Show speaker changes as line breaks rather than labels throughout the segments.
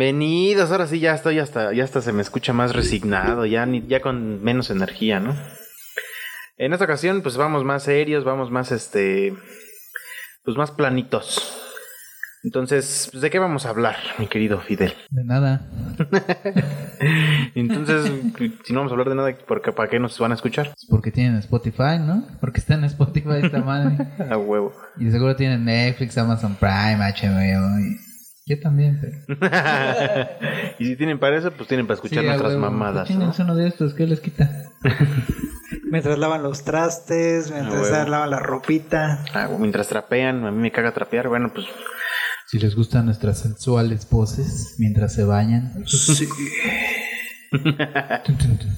oigas, ahora sí ya estoy hasta, ya hasta se me escucha más resignado, ya, ni, ya con menos energía, ¿no? En esta ocasión, pues vamos más serios, vamos más, este, pues más planitos. Entonces, pues, ¿de qué vamos a hablar, mi querido Fidel?
De nada.
Entonces, si no vamos a hablar de nada, porque ¿para qué nos van a escuchar?
Es porque tienen Spotify, ¿no? Porque está en Spotify esta madre.
A huevo.
Y de seguro tienen Netflix, Amazon Prime, HBO. y- Yo también, pero. pues
y si tienen para eso, pues tienen para escuchar
Sí, a
nuestras
huevo.
mamadas.
Pues
¿no?
chinguense uno de estos, ¿qué les quita?
Mientras lavan los trastes, mientras
huevo.
lavan la ropita.
Ah, güey, mientras trapean, a mí me caga trapear, bueno, pues
Si les gustan nuestras sensuales voces mientras se bañan.
Sí.
Tun, tun, tun, tun.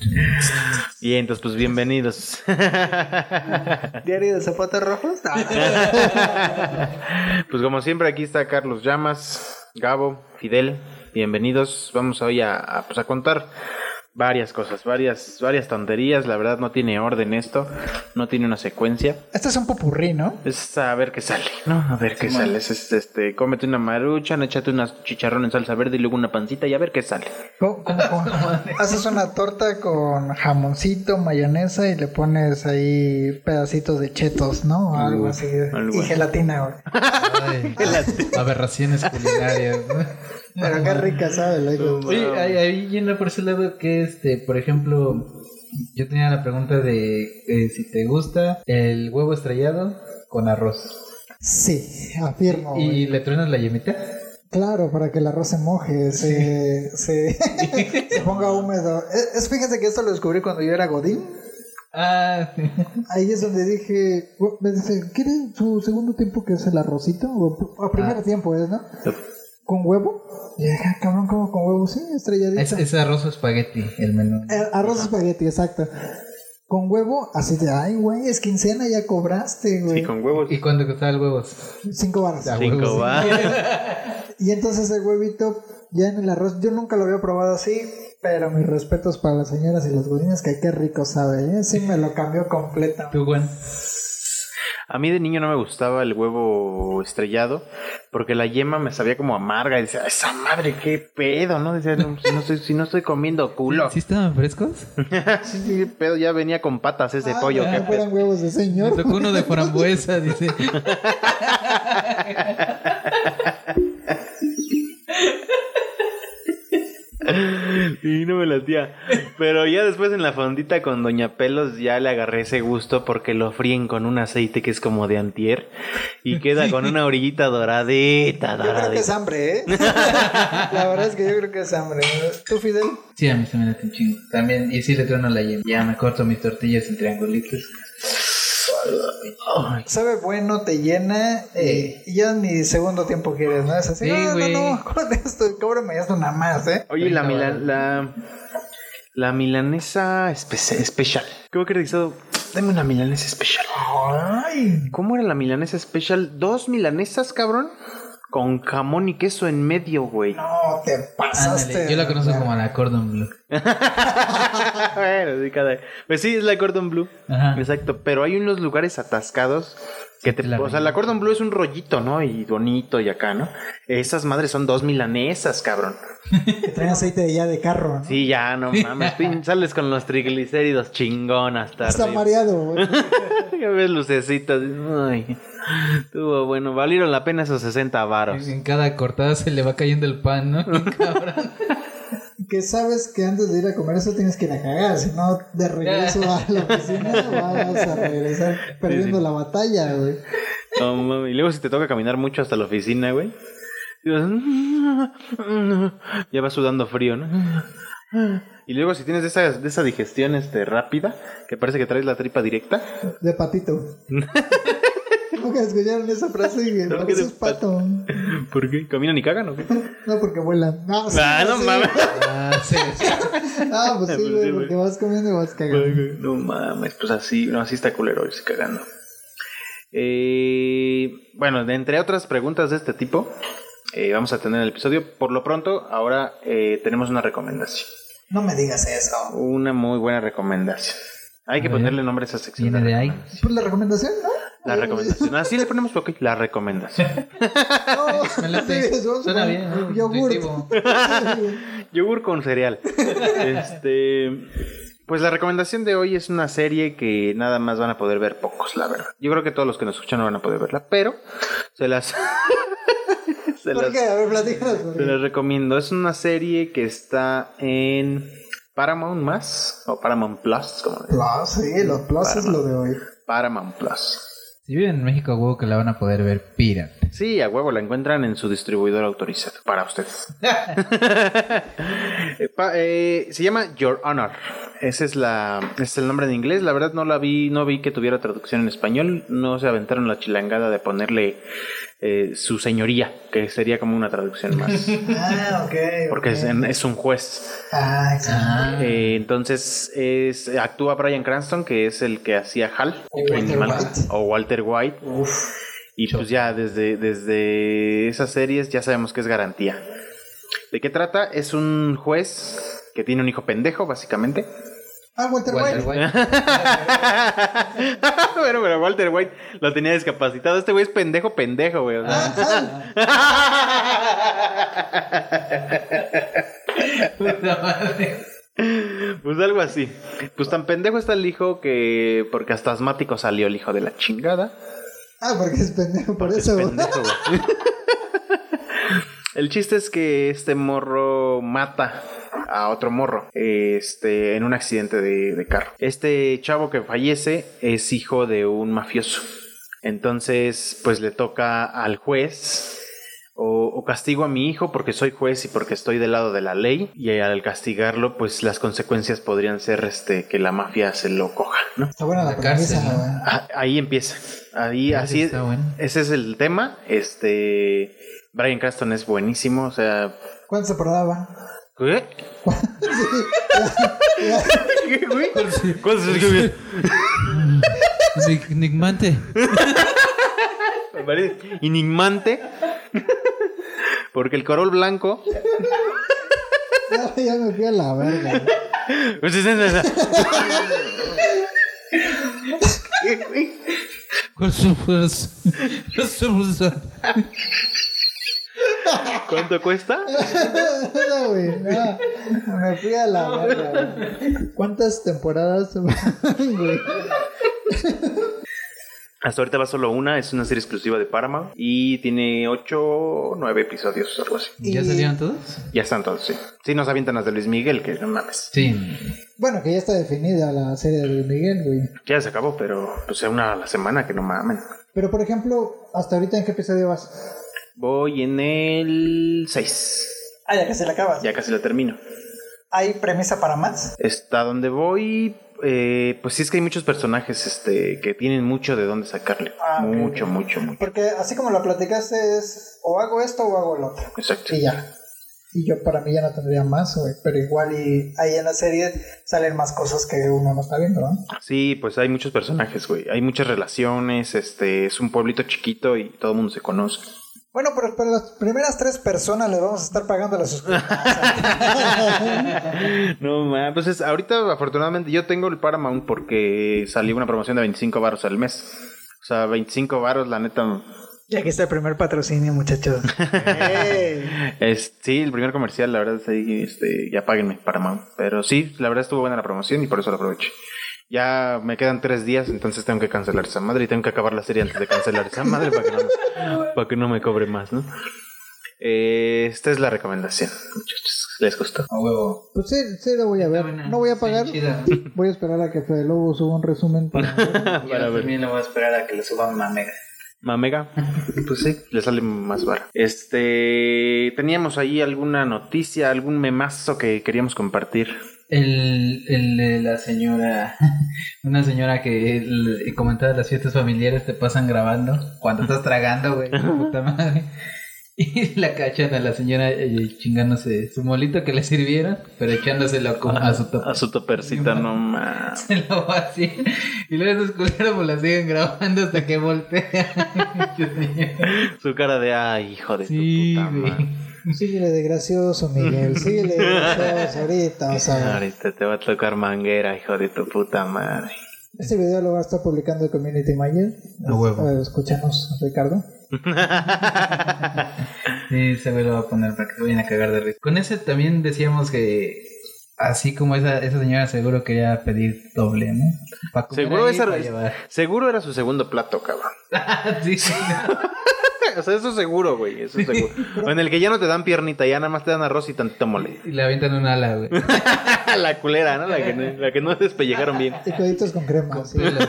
Y entonces, pues bienvenidos.
Diario de zapatos rojos.
pues como siempre, aquí está Carlos Llamas, Gabo, Fidel. Bienvenidos. Vamos hoy a, a, pues, a contar varias cosas, varias, varias tonterías. La verdad no tiene orden esto, no tiene una secuencia.
Este es un popurrí, ¿no?
Es a ver qué sale, ¿no? A ver qué sale. Es, este, este, cómete una maruchan, échate unas chicharrón en salsa verde y luego una pancita y a ver qué sale.
¿Cómo- cómo- cómo? Haces una torta con jamoncito, mayonesa y le pones ahí pedacitos de chetos, ¿no? O algo así.
algo
y
así.
gelatina, güey.
Ay, aberraciones culinarias. ¿no?
Pero qué rica sabe, le digo.
Oye, ahí, ahí yendo por ese lado que, este, por ejemplo, yo tenía la pregunta de eh, si te gusta el huevo estrellado con arroz.
Sí, afirmo. güey.
¿Y le truenas la yemita?
Claro, para que el arroz se moje, se, se, se ponga húmedo. Es, es- fíjense que esto lo descubrí cuando yo era Godín.
Ah,
Ahí es donde dije, "Gu- me dice, ¿quiere su segundo tiempo que es el arrocito? O, o primer
Ah.
tiempo es, ¿no? ¿Con huevo? Y dije, "Ah, cabrón, ¿cómo con huevo? Sí, estrelladito.
es, es arroz o espagueti, el menú.
Eh, Arroz espagueti, exacto. Con huevo, así de, ay, güey, es quincena, ya cobraste, güey.
Y con huevos.
¿Y cuándo costaba el huevo?
Cinco baros.
Ah,
Cinco
huevo, sí.
va.
Y entonces el huevito ya en el arroz, yo nunca lo había probado así, pero mis respetos para las señoras y los godines, que qué rico sabe, ¿eh? Sí me lo cambió completamente.
¿Tú, Juan?
A mí de niño no me gustaba el huevo estrellado porque la yema me sabía como amarga y decía, esa madre, qué pedo, ¿no? Decía, no, si, no estoy, si no estoy comiendo culo.
¿Sí
Sí,
estaban frescos?
sí, qué pedo, ya venía con patas ese
Ah,
pollo.
no,
qué
no
pedo.
fueran huevos de
Me
señor.
tocó uno de frambuesa, dice.
Y no me latía. Pero ya después en la fondita con Doña Pelos ya le agarré ese gusto porque lo fríen con un aceite que es como de antier y queda con una orillita doradita,
Yo creo que es
doradita.
hambre, ¿eh? La verdad es que yo creo que es hambre. ¿Tú, Fidel?
Sí, a mí se me late un chingo. También, y sí le trueno la yema. Ya me corto mis tortillas en triangulitos.
Ay,
Sabe bueno, te llena eh, y ya ni segundo tiempo quieres, ¿no? Es así, "Ah,
Sí,
no, no,
güey.
no, cóbrame esto, cóbrame esto nada más, ¿eh?
Oye, la,
Ahorita
mila-
va.
la, la milanesa espe- especial. ¿Cómo que realizado? Dame una milanesa especial.
Ay,
¿Cómo era la milanesa especial? Dos milanesas, cabrón. Con jamón y queso en medio, güey.
no, te pasaste.
Ándale, yo la conozco como la cordon bleu.
Bueno, sí, cada- Pues sí, es la Cordon Blue.
Ajá.
Exacto. Pero hay unos lugares atascados que te.
te la
o sea, la Cordon Blue es un rollito, ¿no? Y bonito y acá, ¿no? Esas madres son dos milanesas, cabrón.
Que traen aceite de ya de carro, ¿no?
Sí, ya, no mames. pin- Sales con los triglicéridos chingón hasta
Está
arriba.
mareado, güey.
Ya ves lucecitas. Ay, estuvo bueno. Valieron la pena esos 60 varos.
En cada cortada se le va cayendo el pan, ¿no? Cabrón.
que sabes que antes de ir a comer eso tienes que ir a cagar, si no de regreso a la oficina vas a regresar perdiendo la batalla, güey.
No mames. Y luego si te toca caminar mucho hasta la oficina, güey. y vas, Ya vas sudando frío, ¿no? Y luego si tienes de esa, de esa digestión este, rápida, que parece que traes la tripa directa.
De patito. Nunca escucharon esa frase y
No,
por
que
eso
de
es pato.
¿Por qué? ¿Caminan y cagan o qué?
No porque vuelan. No, sí,
Ah, no
sí.
mames.
Ah, sí.
Ah, pues
Pues
sí,
sí,
güey,
güey.
porque vas comiendo y vas cagando.
No mames, pues así, no, así está culero irse cagando. Eh, bueno, de entre otras preguntas de este tipo, eh, vamos a tener el episodio. Por lo pronto, ahora eh, tenemos una recomendación.
No me digas eso.
Una muy buena recomendación. Hay que
A ver.
ponerle nombre a esa sección.
Viene de ahí.
Pues la recomendación, ¿no?
La recomendación. Así le ponemos ok, la recomendación.
No,
Me late.
sí, vamos a
Suena
poner
bien, ¿no?
Yogurt.
Intuitivo.
Yogur con cereal. Este. Pues la recomendación de hoy es una serie que nada más van a poder ver pocos, la verdad. Yo creo que todos los que nos escuchan no van a poder verla, pero se las. se
¿Por
las-
qué? A ver, platícanos. por
te
qué.
les recomiendo. Es una serie que está en Paramount Más o Paramount Plus, como le dicen.
Plus, sí, los plus es lo de hoy.
Paramount Plus.
Si viven en México, huevo que la van a poder ver pirata.
Sí, a huevo, la encuentran en su distribuidor autorizado para ustedes. Eh, pa- eh, se llama Your Honor. Ese es, la, ese es el nombre en inglés. La verdad no la vi, no vi que tuviera traducción en español. No se aventaron la chilangada de ponerle eh, su señoría, que sería como una traducción más.
Ah, ok.
Porque es, en- es un juez.
Ah, exacto.
Eh, entonces es, actúa Brian Cranston, que es el que hacía Hal
O
en
Walter
Animal-
White.
o Walter White.
Uf.
Y pues ya desde, desde esas series ya sabemos que es garantía. ¿De qué trata? Es un juez que tiene un hijo pendejo, básicamente.
Ah, Walter
Walter
White.
White.
bueno, pero Walter White lo tenía discapacitado. Este güey es pendejo, pendejo, güey. o sea.
Ah,
Ah. Puta madre.
Pues algo así. Pues tan pendejo está el hijo que. Porque hasta asmático salió el hijo de la chingada.
Ah, porque es pendejo, por
Porque es
eso.
pendejo, güey. El chiste es que este morro mata a otro morro este, en un accidente de, de carro. Este chavo que fallece es hijo de un mafioso. Entonces, pues le toca al juez. O, o castigo a mi hijo porque soy juez y porque estoy del lado de la ley. Y al castigarlo, pues las consecuencias podrían ser este, que la mafia se lo coja, ¿no?
Está buena la
La cárcel,
premisa,
¿no?
güey.
Ah, Ahí empieza. Ahí,
Ese
así,
está bueno.
ese es el tema. Este. Brian Cranston es buenísimo. O sea.
¿Cuánto se perdaba?
¿Qué? ¿Qué, güey? ¿Cuál es el
Nic- Nicmante.
Me parece Enigmante. Porque el corol blanco.
Ya, ya me fui a la verga. güey.
Pues es en esa- ¿Qué, güey? ¿Cuánto cuesta?
No, güey, no. Me fui a la verga. güey. ¿Cuántas temporadas van, güey?
Hasta ahorita va solo una. Es una serie exclusiva de Paramount. Y tiene ocho o nueve episodios, algo así.
¿Ya salieron todos?
Ya están todos, sí. Sí, nos avientan las de Luis Miguel, que no mames.
Sí.
Bueno, que ya está definida la serie de Luis Miguel, güey.
Ya se acabó, pero pues una a la semana que no mamen.
Pero, por ejemplo, ¿hasta ahorita en qué episodio vas?
Voy en el 6.
Ah, ya que se la acabas.
Ya casi la termino.
¿Hay premisa para más?
Está donde voy. eh, pues sí es que hay muchos personajes este, que tienen mucho de dónde sacarle.
Ah, ok,
mucho,
ok.
mucho, mucho.
Porque así como lo platicaste es o hago esto o hago lo otro.
Exacto.
Y ya. Y yo para mí ya no tendría más, güey. Pero igual y ahí en la serie salen más cosas que uno no está viendo, ¿no?
Sí, pues hay muchos personajes, güey. Hay muchas relaciones. Este, es un pueblito chiquito y todo el mundo se conoce.
Bueno, pero para las primeras tres personas les vamos a estar pagando la suscripción.
No, man. Pues es- ahorita, afortunadamente, yo tengo el Paramount porque salió una promoción de 25 baros al mes. O sea, 25 baros, la neta.
y aquí está el primer patrocinio, muchachos.
Es, sí, el primer comercial, la verdad, sí, este, ya páguenme Paramount. Pero sí, la verdad estuvo buena la promoción y por eso la aproveché. Ya me quedan tres días, entonces tengo que cancelar esa madre y tengo que acabar la serie antes de cancelar esa madre para que no, me- para que no me cobre más, ¿no? Eh, esta es la recomendación, muchachos. ¿Les gustó?
A huevo.
Pues sí, sí lo voy a ver. No voy a pagar. Voy a esperar a que Fede Lobo suba un resumen. para-
Para ver.
lo voy a esperar a que lo suban a Mega.
Mamega. Pues sí, le sale más vara. Este. Teníamos ahí alguna noticia, algún memazo que queríamos compartir.
El, el de la señora, una señora que el- comentaba las fiestas familiares te pasan grabando cuando estás tragando, güey, puta madre. Y la cachan a la señora eh, chingándose su molito que le sirvieron, pero echándoselo como a su topa.
A su topercita, no más.
Se lo va así. Y luego esos culeros pues, la siguen grabando hasta que voltea. Dios mío.
Su cara de ay, hijo de
sí,
tu puta
güey.
madre.
Síguele de gracioso, Miguel. Síguele de gracioso ahorita. O sea,
Ahorita te va a tocar manguera, hijo de tu puta madre.
este video lo va a estar publicando el Community Manager.
A huevo.
Eh, Escúchanos, Ricardo.
Sí, se lo va a poner para que se vayan a cagar de risa. Con ese también decíamos que así como esa, esa señora seguro quería pedir doble, ¿no? Pa' comer
Seguro
ahí,
esa-
pa' llevar. Ah,
Seguro era su segundo plato, cabrón.
sí, sí, no.
O sea, eso seguro, güey. Eso seguro. O en el que ya no te dan piernita, ya nada más te dan arroz y tantito mole.
Y le avientan un ala, güey.
la culera, ¿no? La que, no- la que no despellejaron bien.
Y cuadritos con crema.
Con
Ah, sí.
pelos.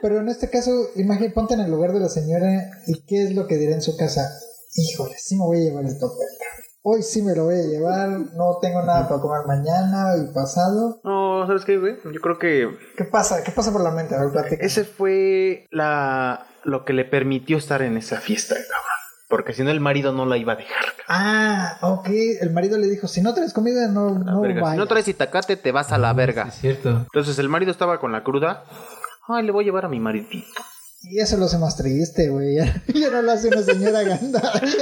Pero en este caso, imagínate, ponte en el lugar de la señora y qué es lo que dirá en su casa. Híjole, sí me voy a llevar el topper. Hoy sí me lo voy a llevar, no tengo nada para comer mañana y pasado.
No, ¿sabes qué, güey? Yo creo que
¿Qué pasa? ¿Qué pasa por la mente? A ver, platica.
ese fue la lo que le permitió estar en esa fiesta, cabrón. Porque si no, el marido no la iba a dejar. cabrón.
Ah, ok. El marido le dijo, si no traes comida, no,
La
no
Ah, verga.
vayas.
Si no traes itacate, te vas a la
Sí,
verga.
es cierto.
Entonces el marido estaba con la cruda. Ay, le voy a llevar a mi maridito.
Y eso lo hace más triste, güey. Ya, ya no lo hace una señora ganda.
Sí,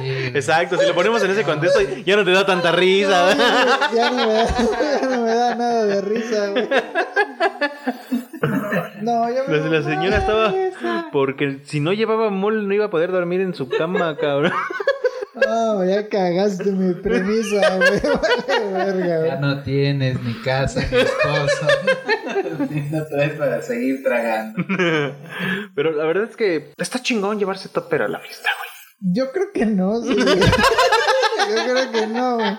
güey.
Exacto, si lo ponemos en ese contexto, ya no te da tanta risa.
ya, no me da, ya no me da nada de risa, güey. No, yo
La,
me
la señora estaba. Porque si no llevaba mol, no iba a poder dormir en su cama, cabrón.
No, ya cagaste mi premisa, güey. Vale, verga,
Ya
güey.
no tienes ni casa ni esposo. no traes para seguir tragando.
Pero la verdad es que está chingón llevarse topper a la fiesta, güey.
Yo creo que no, sí, güey. Yo creo que no, güey.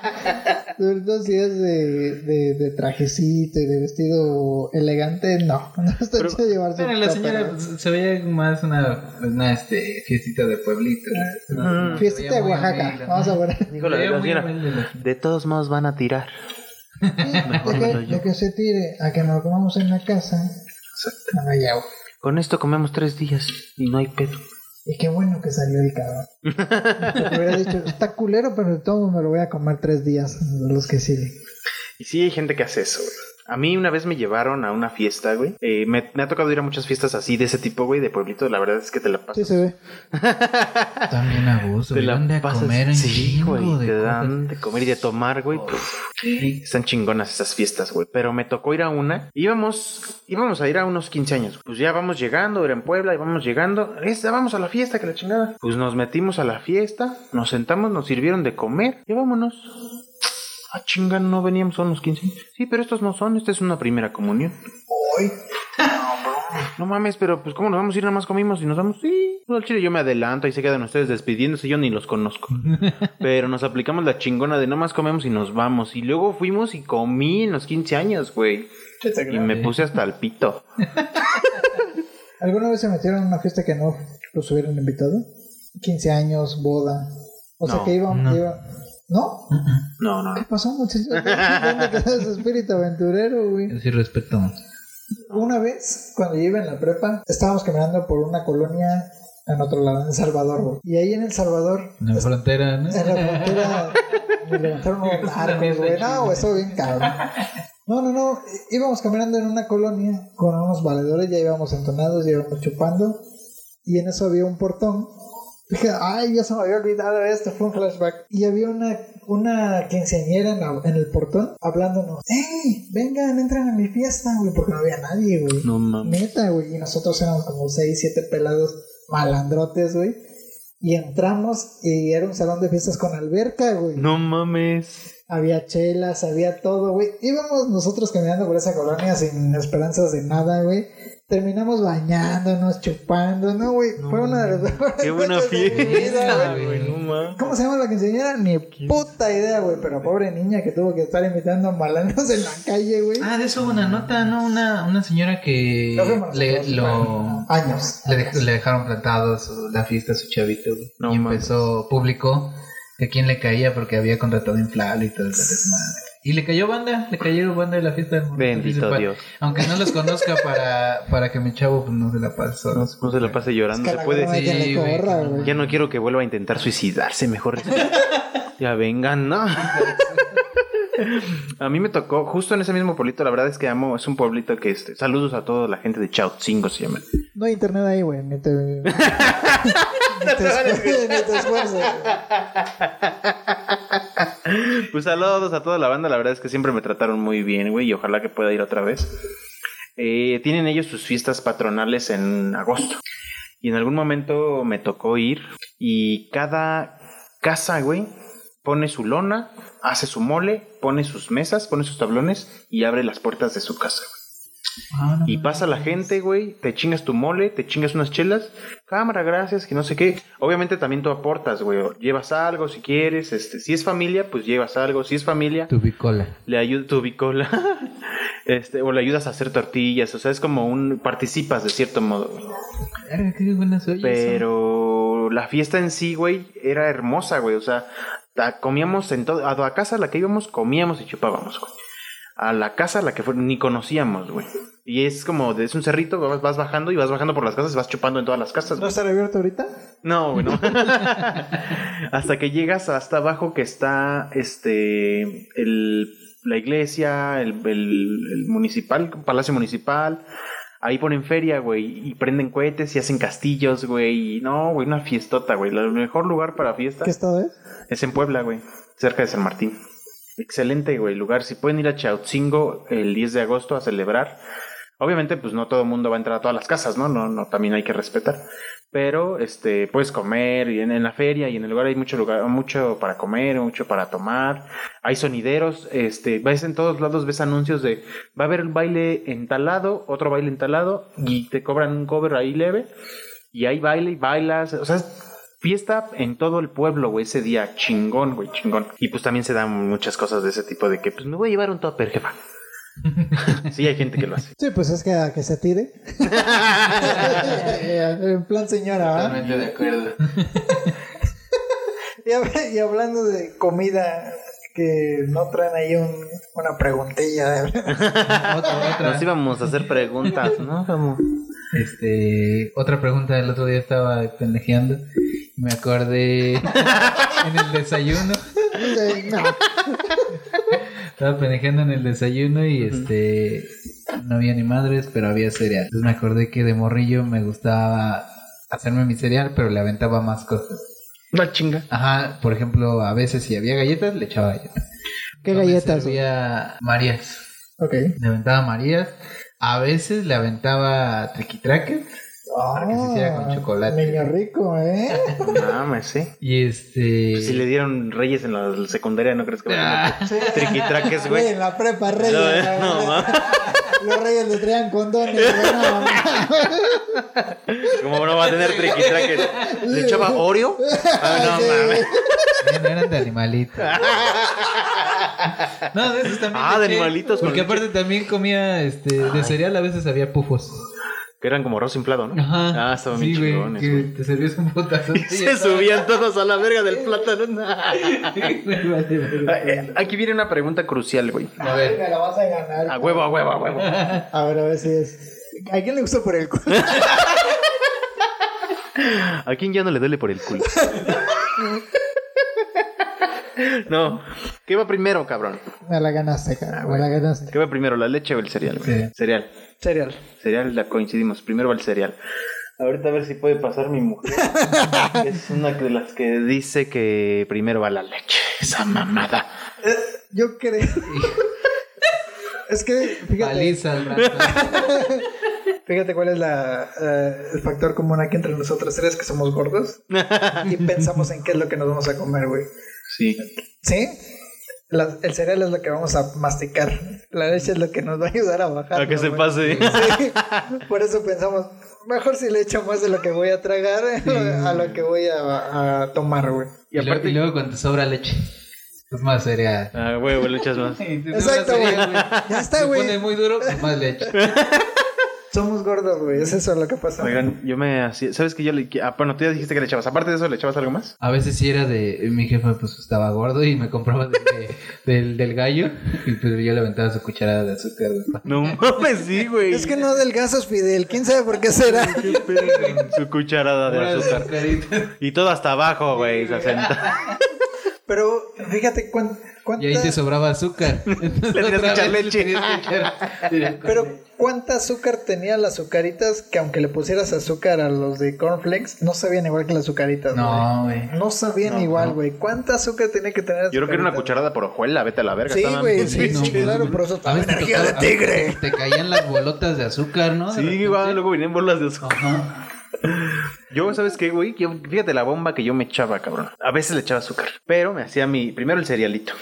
Sobre todo si es de, de, de trajecito y de vestido elegante, no. No está
Pero-
chido llevarse.
Bueno,
un
la
topper,
señora pues,
güey.
se veía más una, una este, fiestita de pueblito. ¿no? No, no, se veía
Fiestita de
muy
Oaxaca,
humilde, ¿no?
vamos a ver.
Dijo
Se
la,
veía
la
muy
señora.
humilde la-
De todos modos van a tirar.
De que, de que se tire a que nos lo comamos en la casa. No me llevo.
Con esto comemos tres días y no hay pedo.
Y qué bueno que salió el cabrón. Porque hubiera dicho, está culero, pero de todo modo me lo voy a comer tres días, los que siguen.
Y sí, hay gente que hace eso, güey. A mí una vez me llevaron a una fiesta, güey. Eh, me, me ha tocado ir a muchas fiestas así de ese tipo, güey, de pueblito. La verdad es que te la pasas.
Sí se ve.
También abuso.
Te la
van de a
pasas-
comer en
sí,
chingo
güey,
de
te
cosas.
dan de comer y de tomar, güey.
Oh,
Puf.
sí.
Están chingonas esas fiestas, güey. Pero me tocó ir a una. Íbamos, íbamos a ir a unos 15 años. Pues ya vamos llegando, era en Puebla, íbamos llegando. Esta, vamos a la fiesta, que la chingada. Pues nos metimos a la fiesta, nos sentamos, nos sirvieron de comer. Y vámonos. Ah, chinga, no veníamos a unos 15 años. Sí, pero estos no son, esta es una primera comunión.
Hoy.
No mames, pero pues cómo nos vamos a ir, nada más comimos y nos vamos. Sí, Pues, al chile yo me adelanto, ahí se quedan ustedes despidiéndose, yo ni los conozco. pero nos aplicamos la chingona de nada más comemos y nos vamos. Y luego fuimos y comí en los 15 años, güey. Y me puse hasta el pito.
¿Alguna vez se metieron a una fiesta que no los hubieran invitado? 15 años, boda. O sea
No,
que iban.
no.
iba- ¿No?
No, no.
¿Qué pasó, muchachos? ¿Dónde quedó ese espíritu aventurero, güey?
Yo sí respeto.
Una vez, cuando yo iba en la prepa, estábamos caminando por una colonia en otro lado, en Salvador, güey. Y ahí en El Salvador,
En la frontera, ¿no?
en la frontera, me levantaron unos arcos, güey. No, güey, estuvo bien cabrón. No, no, no. Íbamos caminando en una colonia con unos valedores, ya íbamos entonados, ya íbamos chupando. Y en eso había un portón. Dije, ay, ya se me había olvidado esto, fue un flashback. Y había una, una quinceañera en, la- en el portón hablándonos. ¡Ey! Vengan, entren a mi fiesta, güey, porque no había nadie, güey.
No mames.
Neta, güey. Y nosotros éramos como 6, 7 pelados malandrotes, güey. Y entramos y era un salón de fiestas con alberca, güey.
No mames.
Había chelas, había todo, güey. Íbamos nosotros caminando por esa colonia sin esperanzas de nada, güey. Terminamos bañándonos, chupando, ¿no, güey? Fue una de las mejores
Qué buena
noches de mi vida,
fiesta,
güey.
güey. No mames.
¿Cómo se llama la quinceañera? Ni puta idea, güey. Pero pobre niña que tuvo que estar invitando a malandros en la calle, güey.
Ah, de eso hubo una nota, ¿no? Una, una señora que
No fuimos
le,
nosotros,
lo,
Años.
le, dej- le dejaron plantado su- la fiesta a su chavito. güey.
No
y
mames.
empezó público que quién le caía porque había contratado inflable y todo ese desmadre. Y le cayó banda, le cayeron banda de la fiesta. del Monterrey
Bendito
Municipal.
Dios.
Aunque no los conozca para, para que mi chavo pues, no se la pase solo.
No, no se la pase llorando. Se puede
gorra
decir. Que
Sí,
le
güey,
corra,
que no.
güey.
Ya no quiero que vuelva a intentar suicidarse, mejor. ya vengan, ¿no? a mí me tocó, justo en ese mismo pueblito, la verdad es que amo, es un pueblito que este. Saludos a toda la gente de Chautzingo se llama.
No hay internet ahí, güey. Ni te. ni te esfuer- ni te esfuerces, güey.
Pues saludos a toda la banda, la verdad es que siempre me trataron muy bien, güey, y ojalá que pueda ir otra vez. Eh, tienen ellos sus fiestas patronales en agosto. Y en algún momento me tocó ir y cada, casa, güey, pone su lona, hace su mole, pone sus mesas, pone sus tablones y abre las puertas de su casa.
Ah, no
Y pasa la gente, güey, te chingas tu mole, te chingas unas chelas, cámara, gracias, que no sé qué. Obviamente también tú aportas, güey, o llevas algo si quieres, este, si es familia, pues llevas algo, si es familia,
Tu bicola.
le ayudas tu bicola, este, o le ayudas a hacer tortillas, o sea, es como un, participas de cierto modo, güey.
Verga, qué buenas ollas son.
Pero la fiesta en sí, güey, era hermosa, güey. O sea, la comíamos en todo. A la casa a la que íbamos, comíamos y chupábamos, güey. A la casa a la que fue, ni conocíamos, güey. Y es como, de- es un cerrito, vas, vas bajando y vas bajando por las casas y vas chupando en todas las casas,
¿No
güey.
está abierto ahorita?
No, güey, no. hasta que llegas hasta abajo que está, este, el, la iglesia, el, el- el municipal, palacio municipal. Ahí ponen feria, güey, y prenden cohetes y hacen castillos, güey. y No, güey, una fiestota, güey. El mejor lugar para fiesta
¿Qué eh? estado es?
es en Puebla, güey, cerca de San Martín. Excelente, güey, lugar. Si pueden ir a Chautzingo el 10 de agosto a celebrar. Obviamente, pues no todo el mundo va a entrar a todas las casas, ¿no? No, no, también hay que respetar. Pero, este, puedes comer y en, en la feria y en el lugar hay mucho lugar, mucho para comer, mucho para tomar. Hay sonideros, este, ves en todos lados, ves anuncios de va a haber un baile entalado, otro baile entalado y te cobran un cover ahí leve y ahí baile y bailas, o sea, es fiesta en todo el pueblo, güey, ese día, chingón, güey, chingón. Y pues también se dan muchas cosas de ese tipo de que, pues me voy a llevar un topper, jefa. sí, hay gente que lo hace.
Sí, pues es que a que se tire. en plan señora, ¿verdad?
Totalmente de acuerdo.
Y, hab- y hablando de comida, que no traen ahí un- una preguntilla de
otra, otra.
Nos íbamos a hacer preguntas, ¿no? Como-
Este, otra pregunta del otro día estaba pendejeando y me acordé en el desayuno.
Sí, no.
Estaba pendejeando en el desayuno y este no había ni madres, pero había cereal. Entonces me acordé que de morrillo me gustaba hacerme mi cereal, pero le aventaba más cosas.
No chinga.
Ajá, por ejemplo, a veces si había galletas, le echaba galletas.
¿Qué
No me
galletas?
servía Marías.
Ok.
Le aventaba Marías. A veces le aventaba triquitraques. Para que se hiciera con
Ah,
chocolate.
Niño rico, ¿eh?
Mames, sí.
Y este.
Si Pues le dieron reyes en la secundaria, ¿no crees que va a
Ah,
Sí.
tener triquitraques,
Güey,
güey?
en la prepa, reyes.
No, eh,
güey.
no, ma.
Los reyes le traían condones. güey, no, ma.
¿Cómo no va a tener triquitraques? ¿Le echaba Oreo? Ah,
Sí.
no mames.
no eran de animalitos. No, de esos también.
Ah, de
eché,
animalitos con
Porque
leche.
aparte también comía este de cereal, a veces había pufos.
Que eran como arroz inflado, ¿no?
Ajá.
Ah, estaban
sí,
bien
güey,
chingones,
que
güey.
Te servías un potazo. y ya
Se
estaba-
subían todos a la verga del plátano.
Vale, vale,
Ah,
vale.
eh, Aquí viene una pregunta crucial, güey.
A
Ay,
ver.
Me la vas a ganar.
A huevo, a huevo, a huevo.
A ver, a ver si es. ¿A quién le gustó por el culo?
¿A quién ya no le duele por el culo? No. ¿Qué va primero, cabrón?
Me la ganaste, cara. Me la ganaste.
¿Qué va primero, la leche o el cereal? güey?
Sí.
Cereal.
Cereal.
Cereal, la coincidimos. Primero va el cereal. Ahorita a ver si puede pasar mi mujer. Es una de las que dice que primero va la leche. Esa mamada.
Yo creo. es que, fíjate,
Paliza al rato.
fíjate cuál es la, eh, el factor común aquí entre nosotros tres que somos gordos y pensamos en qué es lo que nos vamos a comer, güey.
Sí.
¿Sí? La- el cereal es lo que vamos a masticar. La leche es lo que nos va a ayudar a bajar.
A que se pase.
Por eso pensamos, mejor si le echo más de lo que voy a tragar a lo que voy a, a tomar, güey.
Y, aparte... y luego cuando te sobra leche. Es más cereal.
A huevo, le echas más.
Exacto, güey. Ya está,
Se
güey.
pone muy duro, pues más leche.
Somos gordos, güey. Es eso lo que pasa.
Oigan, yo me hacía. ¿Sabes que yo le.? Ah, bueno, tú ya dijiste que le echabas. Aparte de eso, ¿le echabas algo más?
A veces sí era de. Mi jefa, pues estaba gordo y me compraba de- de- del, del gallo. Y pues yo le aventaba su cucharada de azúcar. güey.
No mames, sí, güey.
Es que no adelgazas, Fidel. ¿Quién sabe por qué será?
Qué pedo con su cucharada de
Puras
azúcar.
azucaritas.
Y todo hasta abajo, güey, se senta.
Pero fíjate cuán- cuánta-
Y ahí te sobraba azúcar. Entonces,
Le tenías que
otra
echar
vez
leche.
le tenías que echar- tenías que-
Pero cuánta azúcar tenía las azucaritas que aunque le pusieras azúcar a los de cornflakes, no sabían igual que las azucaritas, güey.
No, güey.
No sabían
No,
igual,
no.
güey. ¿Cuánta azúcar tenía que tener?
Yo creo que era una
azucaritas?
cucharada por hojuela, vete a la verga.
Sí,
estaban-
güey,
Sí,
sí,
no, güey.
claro, por eso
A veces te
energía de
tocaba-
tigre.
Te caían las bolotas de azúcar, ¿no? De repente.
güey, luego venían ah, bolas de azúcar.
Ajá.
Yo, ¿sabes qué, güey? Yo- fíjate la bomba que yo me echaba, cabrón. A veces le echaba azúcar, pero me hacía mi. Primero el cerealito.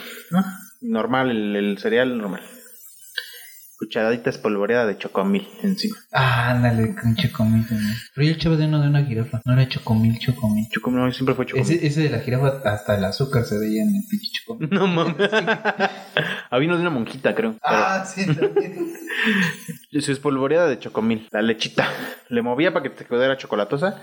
Normal, el, el cereal normal. Cucharadita espolvoreada de chocomil encima.
Ah, ándale, con chocomil también. Pero yo echaba de uno de una jirafa. No era chocomil, chocomil.
Chocomil, no, siempre fue chocomil.
Ese, ese de la jirafa, hasta el azúcar se veía en el pinche chocomil.
No mames. Había uno Ah, de una monjita, creo. pero-
Ah, sí, también.
Su espolvoreada de chocomil, la lechita. Le movía para que te quedara chocolatosa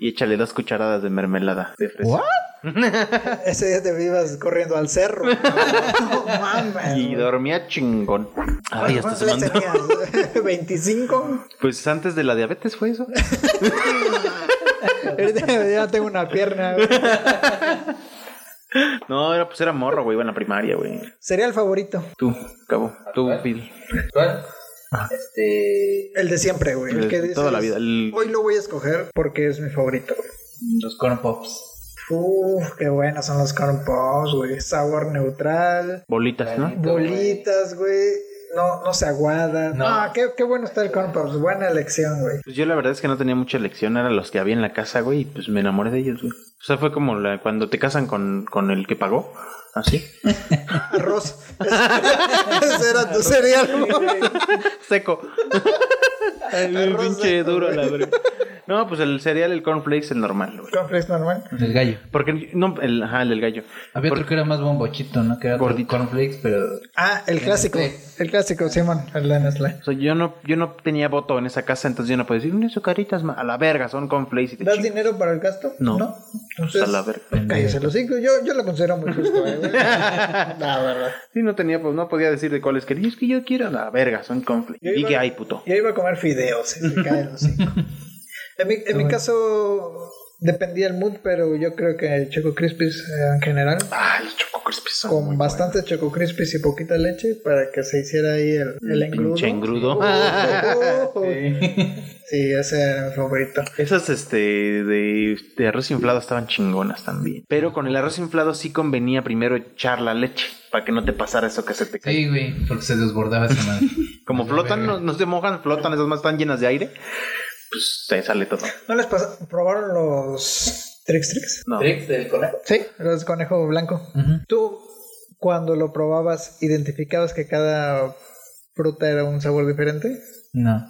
y échale dos cucharadas de mermelada de fresa.
Ese día te vivas corriendo al cerro. No mames.
Y
güey.
dormía chingón. Ay, hasta
¿Cuántos
se
días
mandó.
tenías? ¿25?
Pues antes de la diabetes fue eso.
Ahorita ya tengo una pierna. güey.
No, era, pues era morro, güey, iba en la primaria, güey.
Sería el favorito.
Tú, cabo, tú, Phil.
¿Cuál?
Ah.
Este.
El de siempre, güey. El que
De
dices,
toda la vida. El-
Hoy lo voy a escoger porque es mi favorito. güey".
Los corn pops.
Uf, qué buenos son los corn pops, güey. Sabor neutral.
Bolitas, ¿no?
Bolitas, güey. No, no se aguada.
No.
Ah, qué, qué bueno está el corn pops. Buena elección, güey.
Pues yo la verdad es que no tenía mucha elección, eran los que había en la casa, güey, y pues me enamoré de ellos, güey. O sea, fue como la- cuando te casan con, con el que pagó, así.
Arroz. Ese era tu cereal, güey.
Seco. Ay, güey,
Arroz
pinche
seco,
duro,
güey.
la verdad. No, pues el cereal, el cornflakes, el normal, güey.
Cornflakes normal.
El gallo.
Porque, no, el, ajá, el del gallo.
Había otro que era más bombochito, ¿no? Que era
Gordito.
cornflakes, pero.
Ah, el clásico. El clásico, Simón. El de Nestlé.
O sea, yo no, yo no tenía voto en esa casa, entonces yo no podía decir, unas azucaritas ma- a la verga, son cornflakes y te
¿Das
chingas".
dinero para el gasto?
No.
Entonces,
a la verga.
cállese los cinco. Yo, yo lo considero muy justo, eh, güey. La verdad.
Sí, no tenía, pues no podía decir de cuáles quería. Es que yo quiero a la verga, son cornflakes.
Yo
¿Y
iba-
qué hay, puto?
Yo iba a comer fideos, si se caen los cinco. En mi, en mi caso, dependía el mood, pero yo creo que Choco Crispies eh, en general,
Ay, los choco crispies Ah, son muy
con
buenos.
bastante Choco Crispies y poquita leche, para que se hiciera ahí el, el engrudo.
Mm, Pinche engrudo.
Oh, oh, oh.
Sí.
Sí, ese era mi favorito.
Esas este de, de arroz inflado estaban chingonas también. Pero con el arroz inflado sí convenía primero echar la leche para que no te pasara eso que se te cae.
Sí, güey, porque se desbordaba esa madre.
Como flotan,
verga.
no, no se mojan, flotan, esas más están llenas de aire. Pues se sale todo.
¿No les pasa? ¿Probaron los Trix Trix?
No.
Tricks del conejo.
Sí, los conejo blanco.
Ujú.
Tú, cuando lo probabas, identificabas que cada fruta era un sabor diferente,
No.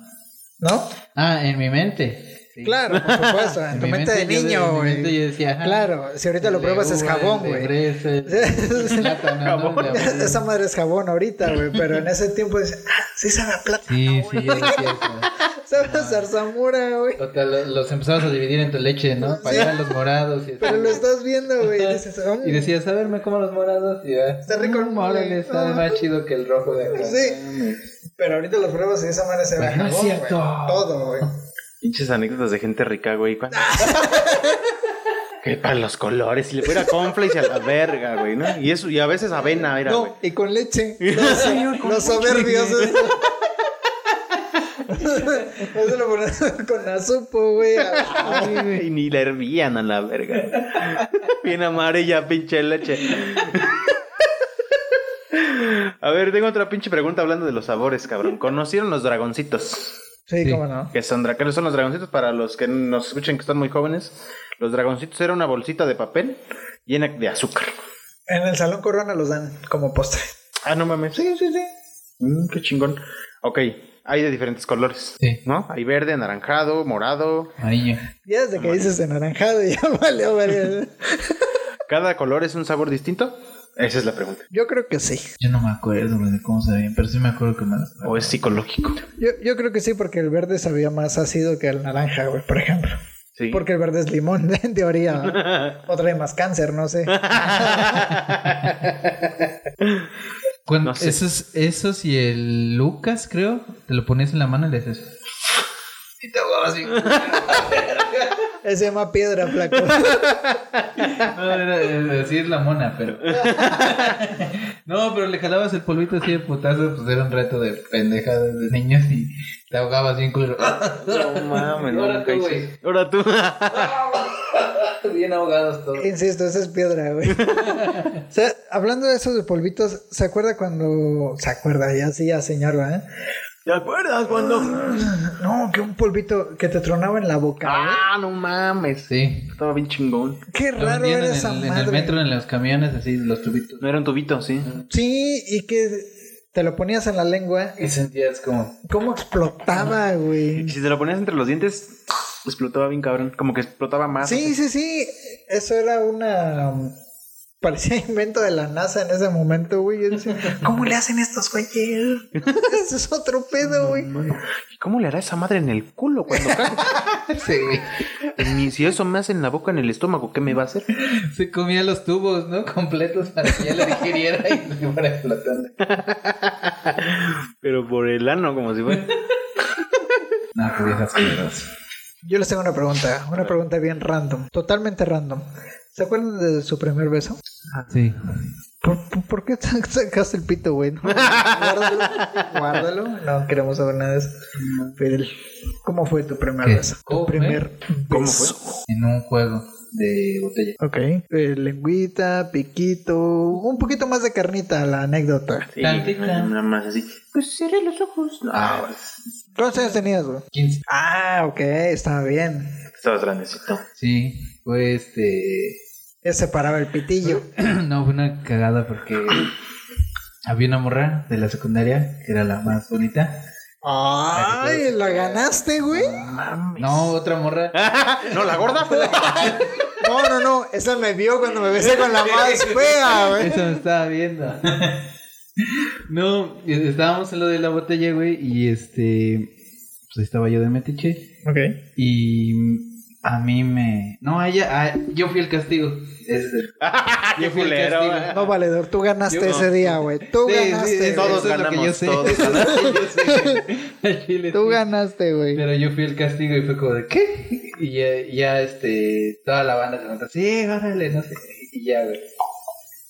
¿no?
Ah, en mi mente. Sí.
Claro, por supuesto,
En
en tu
mi
mente de
yo de-
niño,
en mi
güey.
mente yo decía, ajá,
Claro, si ahorita lo
el de
pruebas es
uva,
jabón,
el de
güey.
fresa, el de plátano, ¿no?
Jabón.
El de abril.
Esa madre es jabón ahorita, güey, pero en ese tiempo dices, ah, sí sabe a plata,
Sí, sí, yo decía eso.
sabe a zarzamora, güey.
Total, lo- los empezabas a dividir en tu leche, ¿no? Para eran los morados y así.
Pero lo estás viendo, güey, y dices, "Mm".
Y decías, a ver, me como los morados y ya.
Está rico el
Mm, órale,
mole.
está más chido que el rojo de acá.
mm, Sí. Pero ahorita lo pruebas y esa madre se ve a
Pero no es
jabón, güey.
cierto.
Todo, güey.
Pinches anécdotas de gente rica, güey. ¿Cuál- que para los colores, y le fuera cornflakes y a la verga, güey, ¿no? Y eso, y a veces avena era, güey.
No, y con leche. Los, los soberbios. ¿eh? Eso lo pones con azupo, güey.
Y ni la hervían a la verga. Bien amarilla, pinche leche. A ver, tengo otra pinche pregunta hablando de los sabores, cabrón. ¿Conocieron los dragoncitos?
Sí,
Sí.
cómo no.
Que son, dra- ¿qué son los dragoncitos? Para los que nos escuchen que están muy jóvenes, los dragoncitos era una bolsita de papel llena de azúcar.
En el Salón Corona los dan como postre.
Ah, no mames. Sí, sí, sí. Mm, qué chingón. Ok, hay de diferentes colores.
Sí.
¿No? Hay verde, anaranjado, morado.
Amarillo.
Ya desde que dices anaranjado, ya valió verga.
¿Cada color es un sabor distinto? Esa es la pregunta.
Yo creo que sí.
Yo no me acuerdo güey, de cómo se veían, pero sí me acuerdo que me los
¿O es psicológico?
Yo, yo creo que sí, porque el verde sabía más ácido que el naranja, güey, por ejemplo.
Sí.
Porque el verde es limón, en teoría. ¿no? O trae más cáncer, no sé.
Cuando
No sé.
esos, esos y el Lucas, creo, te lo ponías en la mano y le haces. Y te ahogabas bien.
Ese se llama piedra, flaco.
No, era era así es la mona, pero. No, pero le jalabas el polvito así de putazo, pues era un reto de pendejadas de niños y te ahogabas bien culero.
No mames, no,
Ahora
nunca
tú,
hice
güey.
eso. Ahora tú.
Bien ahogados todos.
Insisto, esa es piedra, güey. O sea, hablando de esos de polvitos, ¿se acuerda cuando... Se acuerda, ya sí, ya señor, ¿eh?
¿Te acuerdas cuando?
No, que un polvito que te tronaba en la boca.
Ah, no mames.
Sí.
Estaba bien chingón.
güey. Qué
Lo
raro
vendían
era
en
esa
el, en
madre.
el metro, en los camiones, así, los tubitos.
No era un tubito, sí.
Sí, y que te lo ponías en la lengua.
Y sentías como...
¿Cómo explotaba,
Y
güey?
si te lo ponías entre los dientes, explotaba bien cabrón. Como que explotaba más.
Sí, sí, sí. Eso era una. um, Parecía invento de la NASA en ese momento, güey. Yo decía, ¿Cómo le hacen estos güeyes? Eso es otro pedo, güey.
¿Y ¿Cómo le hará esa madre en el culo cuando caga?
Sí, güey.
Ni si eso me hace en la boca, en el estómago, ¿qué me va a hacer?
Se comía los tubos, ¿no? Completos para que ya lo digiriera y lo fuera explotando.
Pero por el ano, como si fuera.
No, que viejas culeras.
Yo les tengo una pregunta, una pregunta bien random, totalmente random. ¿Se acuerdan de su primer beso?
Sí.
¿Por, por, por qué sacaste el pito, güey? No, guárdalo, guárdalo. No queremos saber nada de eso. Fidel, ¿cómo fue tu primer
¿Qué?
beso? Tu
¿Cómo fue?
primer
¿Cómo
beso.
En un juego de botella.
Ok. Eh, lengüita, piquito, un poquito más de carnita la anécdota.
Sí,
Tantita.
nada más así. Pues cierre los ojos. No,
Ah,
¿Cuántos años tenías, güey?
15.
Ah, ok, estaba bien.
estabas grandecito.
Sí, fue este...
Ya se paraba el pitillo.
No, fue una cagada porque había una morra de la secundaria que era la más bonita.
Ay, la ganaste, güey.
Mames.
No, otra morra.
no, la gorda fue la
No, no, no. Esa me vio cuando me besé con la más fea, güey.
Eso me estaba viendo. No, estábamos en lo de la botella, güey, y este. Pues ahí estaba yo de metiche.
Ok.
Y a mí me. No, a ella. a- yo fui el castigo. Es-
Ah, Qué culero.
castigo.
eh.
No, valedor, tú ganaste
Yo no.
ese día, güey. Tú
Sí, sí,
ganaste.
eso
güey.
Todos
es lo que
ganamos,
yo sé.
todos
Al chile,
Tú
sí.
ganaste, güey.
Pero yo fui el castigo y fue como de ¿qué? Y ya, ya este, toda la banda se levanta, sí, órale, no sé, y ya, güey.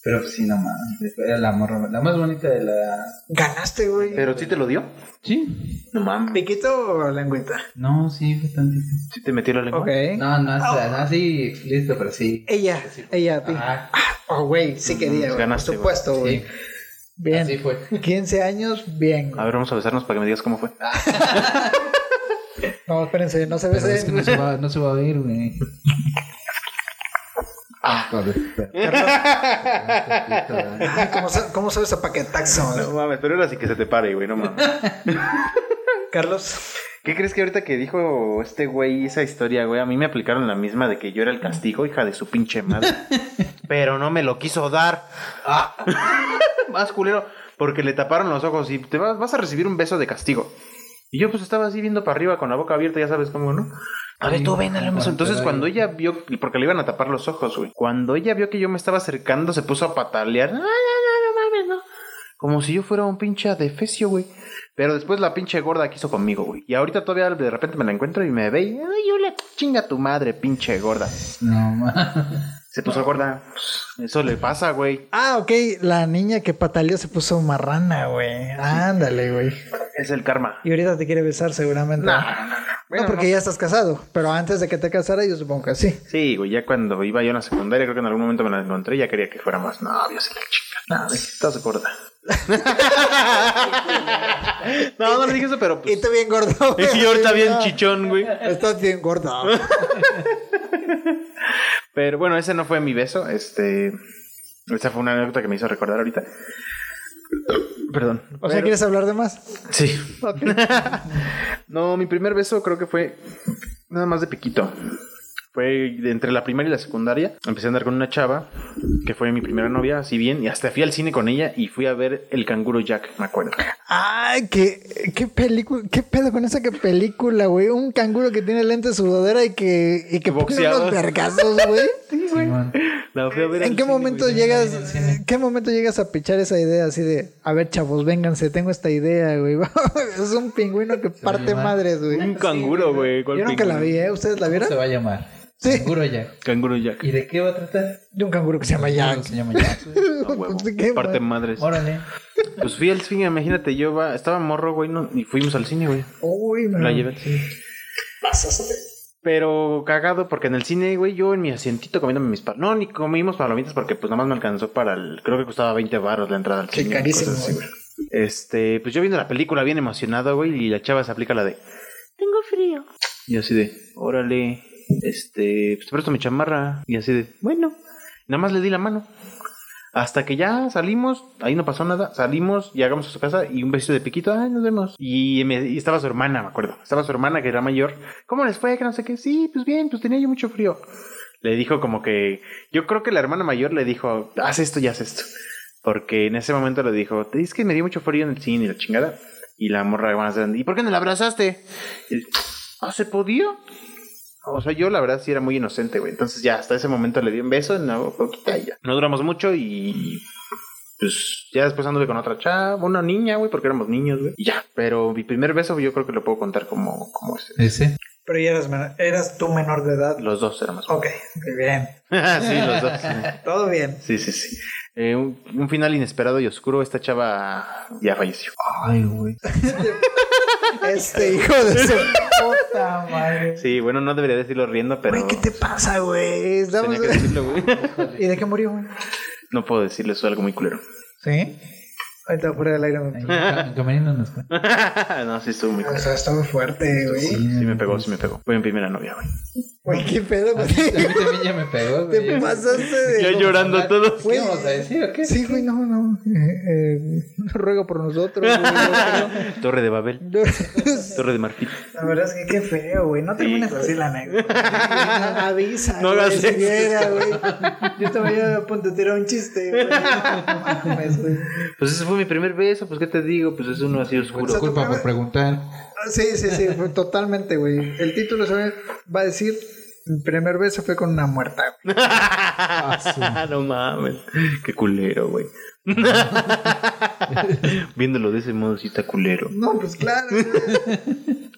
Pero pues, sí, no mames, era la morra, la más bonita de la...
Ganaste, güey.
Pero sí te lo dio.
¿Sí?
No mames.
¿Piquito o lengüita?
No, sí, fue tantito.
Sí te metió la lengua.
Ok.
No, no, hasta, no así explícito, pero sí.
Ella, ella, a ti.
Ajá,
Oh, güey, sí quería, güey. Por
Ganaste,
supuesto,
sí,
güey. Bien.
así fue.
15 años, bien.
A ver, vamos a besarnos para que me digas cómo fue.
No, espérense, no se
Pero
besen.
es que no se va, no se va a ver, güey. Ah, joder.
Ay, ¿Cómo, sa- cómo sabes a paquetaxo?
No mames, pero ahora sí que se te pare, güey, no mames.
Carlos.
¿Qué crees que ahorita que dijo este güey esa historia, güey? A mí me aplicaron la misma de que yo era el castigo, hija de su pinche madre. pero no me lo quiso dar. Ah. Más culero, porque le taparon los ojos y te vas, vas a recibir un beso de castigo. Y yo pues estaba así viendo para arriba con la boca abierta, ya sabes cómo, ¿no? A ver, tú ven, dale un beso. Entonces cuando ella vio, porque le iban a tapar los ojos, güey. Cuando ella vio que yo me estaba acercando, se puso a patalear. Ay, ay, ay, no mames, no. Como si yo fuera un pinche adefesio, güey. Pero después la pinche gorda quiso conmigo, güey. Y ahorita todavía de repente me la encuentro y me ve y, ay, yo le chinga tu madre, pinche gorda.
No, mames.
Se puso gorda. Pues, Eso le pasa, güey.
Ah, ok, la niña que pataleó se puso marrana, güey. Ándale, güey.
Es el karma.
Y ahorita te quiere besar seguramente.
Nah, nah, nah. Bueno,
no, porque ya estás casado. Pero antes de que te casara, yo supongo que sí.
Sí, güey, ya cuando iba yo a la secundaria, creo que en algún momento me la encontré y ya quería que fuera más novios y la chica. No, dije, estás gorda. no, no le dije eso, pero
Y
pues.
tú bien gordo. güey.
Es que yo ahorita bien chichón, güey.
Estás bien gordo.
Pero bueno, ese no fue mi beso. Este. Esa fue una anécdota que me hizo recordar ahorita. Perdón.
O sea, ¿quieres hablar de más?
Sí.
Ok.
no, mi primer beso creo que fue nada más de piquito. Fue de entre la primaria y la secundaria. Empecé a andar con una chava que fue mi primera novia, así bien. Y hasta fui al cine con ella y fui a ver El Canguro Jack, me acuerdo.
Ay, qué, qué película, qué pedo con esa que película, güey. Un canguro que tiene lente sudadera y que, y que pone
Boxeador.
unos vergazos, güey.
Simón.
La fui a ver
¿En
al
qué
cine,
momento
güey.
llegas, en qué momento llegas a pichar esa idea así de, a ver, chavos, vénganse, tengo esta idea, güey? es un pingüino que
va a
parte
llamar
madres, güey.
Un canguro, güey. ¿cuál
Yo que la
pingüino?
vi, ¿eh? ¿Ustedes la
¿Cómo se
vieron?
va a llamar?
Sí.
Seguro ya.
Canguro Jack.
¿Y de qué va a tratar? Ah,
De un canguro que se llama Jack.
Se llama Jack.
No, huevo.
Qué
Parte
mal.
madres.
Órale.
Pues fui al cine, imagínate, yo va- estaba morro, güey, no- y fuimos al cine, güey.
Uy, me
La llevé al cine.
pasaste.
Ah, Pero cagado, porque en el cine, güey, yo en mi asientito comiéndome mis palomitas. No, ni comimos palomitas porque pues nada más me alcanzó para el... Creo que costaba 20 baros la entrada al
Qué
cine.
carísimo,
cosas así,
güey.
Este, pues yo viendo la película bien emocionado, güey, y la chava se aplica la de Tengo frío. Y así de, órale, este, pues te presto mi chamarra. Y así de, bueno, nada más le di la mano. Hasta que ya salimos, ahí no pasó nada, salimos, llegamos a su casa y un besito de piquito, ay, nos vemos. Y, me- y estaba su hermana, me acuerdo, estaba su hermana que era mayor. ¿Cómo les fue? Que no sé qué. Sí, pues bien, pues tenía yo mucho frío. Le dijo como que, yo creo que la hermana mayor le dijo, haz esto y haz esto. Porque en ese momento le dijo, "Te- es que me dio mucho frío en el cine y la chingada. Y la morra, bueno, se- ¿y por qué no la abrazaste? Y él, "Ah, se podía? O sea, yo la verdad sí era muy inocente, güey. Entonces ya hasta ese momento le di un beso en la boquita y ya. No duramos mucho y pues ya después anduve con otra chava, una niña, güey, porque éramos niños, güey. Y ya, pero mi primer beso yo creo que lo puedo contar como, como ese.
Ese.
Pero ya eras, menor- eras tú menor de edad.
Los dos éramos.
Ok, muy bien.
sí, los dos.
Todo bien.
Sí, sí, sí. Eh, un, un final inesperado y oscuro. Esta chava ya falleció.
Ay, güey.
Este hijo de su puta madre.
Sí, bueno, no debería decirlo riendo, pero
Güey, ¿qué te pasa, güey? Estamos-
tenía que decirlo, güey.
¿Y de qué murió, güey?
No puedo decirlo, eso es algo muy culero.
¿Sí? Ahorita fuera del aire. güey.
Ahí en Camerino nos cuenta.
no, sí, estuvo muy
O
culero.
sea, está muy fuerte, güey.
Sí me pegó, sí me pegó. Fue mi primera novia, güey.
Güey, qué pedo,
A
güey.
mí, a mí también ya me pegó, güey.
Te pasaste de.
Ya llorando todos.
¿Qué vamos a decir o qué?
Sí, güey, no, no. Eh, eh, no ruego por nosotros, güey. no
Torre de Babel,
creo.
Torre de Marfil.
La verdad es que qué feo, güey. No termines así la anécdota. güey. Avisa.
No
güey,
hagas
si
eso.
viera, güey. Yo estaba ya a punto de tirar un chiste, güey. No mames, güey.
Pues ese fue mi primer beso, pues qué te digo, pues es uno así oscuro.
Disculpa por preguntar.
Sí, sí, sí, fue totalmente, güey. El título ¿sabes? va a decir: Mi primer beso fue con una muerta. güey".
no mames, qué culero, güey. Viéndolo de ese modo, sí está culero.
No, pues claro. güey.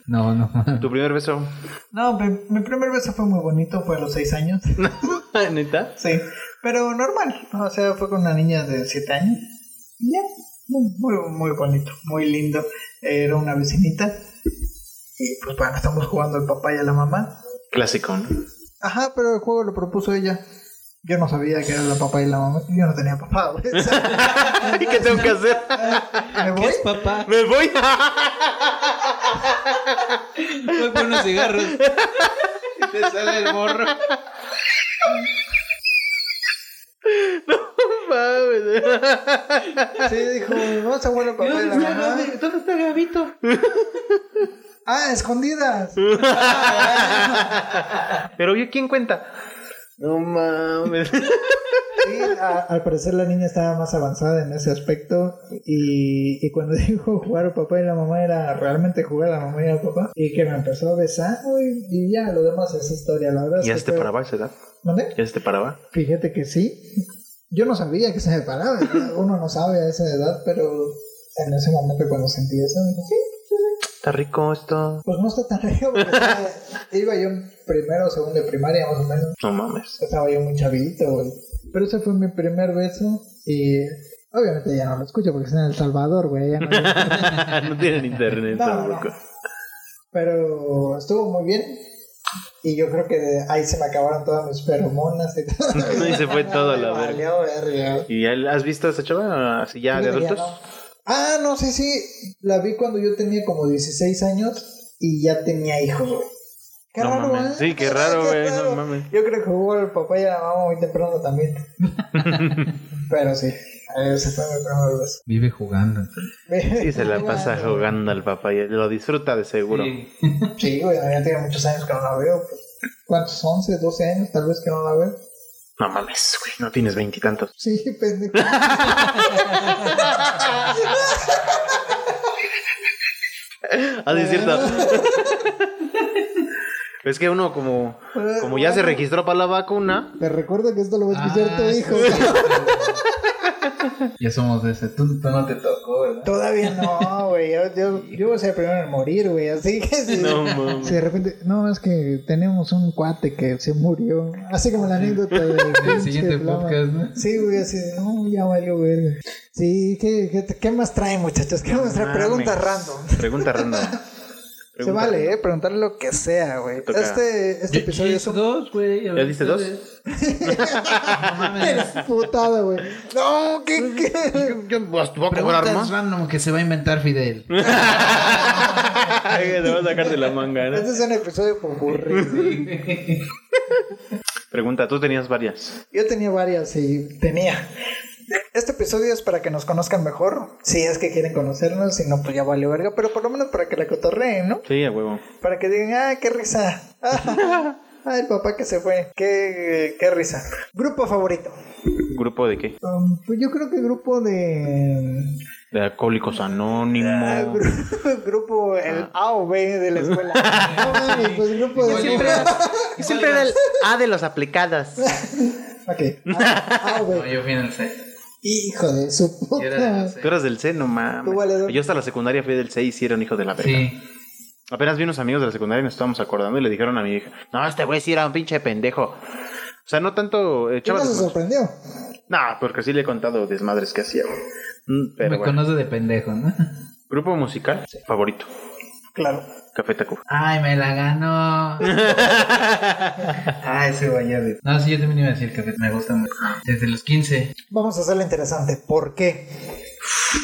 No, no.
¿Tu primer beso?
No, mi, mi primer beso fue muy bonito, fue a los seis años.
¿Neta?
Sí, pero normal. O sea, fue con una niña de siete años. Ya, muy, muy bonito, muy lindo. Era una vecinita. Y pues bueno, estamos jugando el papá y a la mamá.
Clásico, ¿no?
Ajá, pero el juego lo propuso ella. Yo no sabía que era la papá y la mamá. Yo no tenía papá, güey. O sea,
¿Qué tengo que hacer?
¿Me voy?
papá?
¡Me voy!
Voy por unos cigarros. Te sale el morro.
Sí, dijo, vamos a jugar al papá y la mamá.
¿Dónde está Gabito?
Ah, escondidas.
Pero yo, ¿quién cuenta? No mames.
Sí, a- al parecer la niña estaba más avanzada en ese aspecto y, y cuando dijo jugar al papá y la mamá era realmente jugar a la mamá y al papá y que me empezó a besar güey, y, ya lo demás es historia, la verdad. es
¿Ya
que
se te
fue-
paraba esa edad?
¿Mande?
¿Ya se te paraba?
Fíjate que sí, yo no sabía que se me paraba, uno no sabe a esa edad, pero en ese momento cuando sentí eso, dije, sí,
Está rico esto.
pues no está tan rico porque estaba- iba yo en primero o segundo de primaria más o menos.
No mames.
Estaba yo muy chavito, güey. Pero ese fue mi primer beso y obviamente ya no lo escucho porque es en El Salvador, güey. ya no lo-
no tienen internet
No,
tampoco.
no. Pero estuvo muy bien y yo creo que ahí se me acabaron todas mis feromonas y todo.
Y se fue todo a la verga.
Valió verga.
¿Y ya has visto a esa chava así ya de
Fíjate que ya
adultos?
no. Ah, no, sí, sí. La vi cuando yo tenía como 16 años y ya tenía hijos, güey. Qué
No
raro,
mames.
¿eh?
Sí, qué raro, güey, no
raro.
mames.
Yo creo que jugó el papá y la mamá muy temprano también. Pero sí, ese fue mi primer beso.
Vive jugando. entonces.
Sí, se la pasa jugando al papá y lo disfruta de seguro.
Sí, güey, ya tiene muchos años que no la veo. pues. ¿Cuántos? ¿11, 12 años tal vez que no la veo?
No mames, güey, no tienes veintitantos.
Sí, pendejo.
Ah, sí, es cierto. es que uno como, como ya se registró para la vacuna.
Te recuerdo que esto lo va a escuchar
Ah,
tu
sí,
hijo.
Ya somos de ese. Tú, tú no te tocó, ¿verdad?
Todavía no, güey. Yo, yo, yo voy a ser el primero en morir, güey. Así que sí.
No
Si
mames.
de repente, no, es que tenemos un cuate que se murió. Así como la anécdota del
El siguiente
pinche Flama.
podcast, ¿no?
Sí, güey, así de, no, ya valió, güey. Sí, ¿qué, qué, qué más trae, muchachos? ¿Qué más trae?
Mames.
Preguntas random.
Pregunta random.
Se vale, ¿eh? Preguntarle lo que sea, güey.
Toca.
Este, este episodio es un
dos, güey. a
¿Ya
ver,
diste dos?
ustedes. no mames.
Eres putada, güey. No, ¿qué, qué?
Yo, yo hasta voy a cobrar
Preguntas
más.
random que se va a inventar Fidel.
Te va a sacar de la manga, ¿eh? ¿no?
Este es un episodio por burro.
Pregunta, tú tenías varias.
Yo tenía varias y tenía. Este episodio es para que nos conozcan mejor. Si es que quieren conocernos, si no, pues ya vale verga. Pero por lo menos para que la cotorreen, ¿no?
Sí, a huevo.
Para que digan, ah, qué risa. Ah, ah, el papá que se fue. Qué, qué risa. Grupo favorito.
¿Grupo de qué?
Um, pues yo creo que grupo de.
De alcohólicos
Ah,
anónimos.
gru- grupo el A o B de la escuela. No mames, pues grupo de.
Siempre- siempre
era el A de los aplicadas.
Ok, A, A o
No,
B.
yo fui en el set.
Hijo de su
Yo era en
puta.
el
Tú
set.
eras del C, no
Tú valedor.
mames. Yo hasta la secundaria fui del C y hicieron hijo de la verga.
Sí.
Apenas vi unos amigos de la secundaria y nos estábamos acordando y le dijeron a mi hija, no, este güey sí era un pinche pendejo. O sea, no tanto eh,
¿Qué
echaba
no se
desmadres.
sorprendió?
No, porque sí le he contado desmadres que hacía, güey. Mm,
Me
Pero bueno.
conoce de pendejo, ¿no?
Grupo musical favorito.
Claro.
Café Tacuba.
Ay, me la ganó.
Ay, sí, vaya de.
No, sí, yo también iba a decir que me gusta mucho. Desde los 15.
Vamos a hacerlo interesante. ¿Por qué?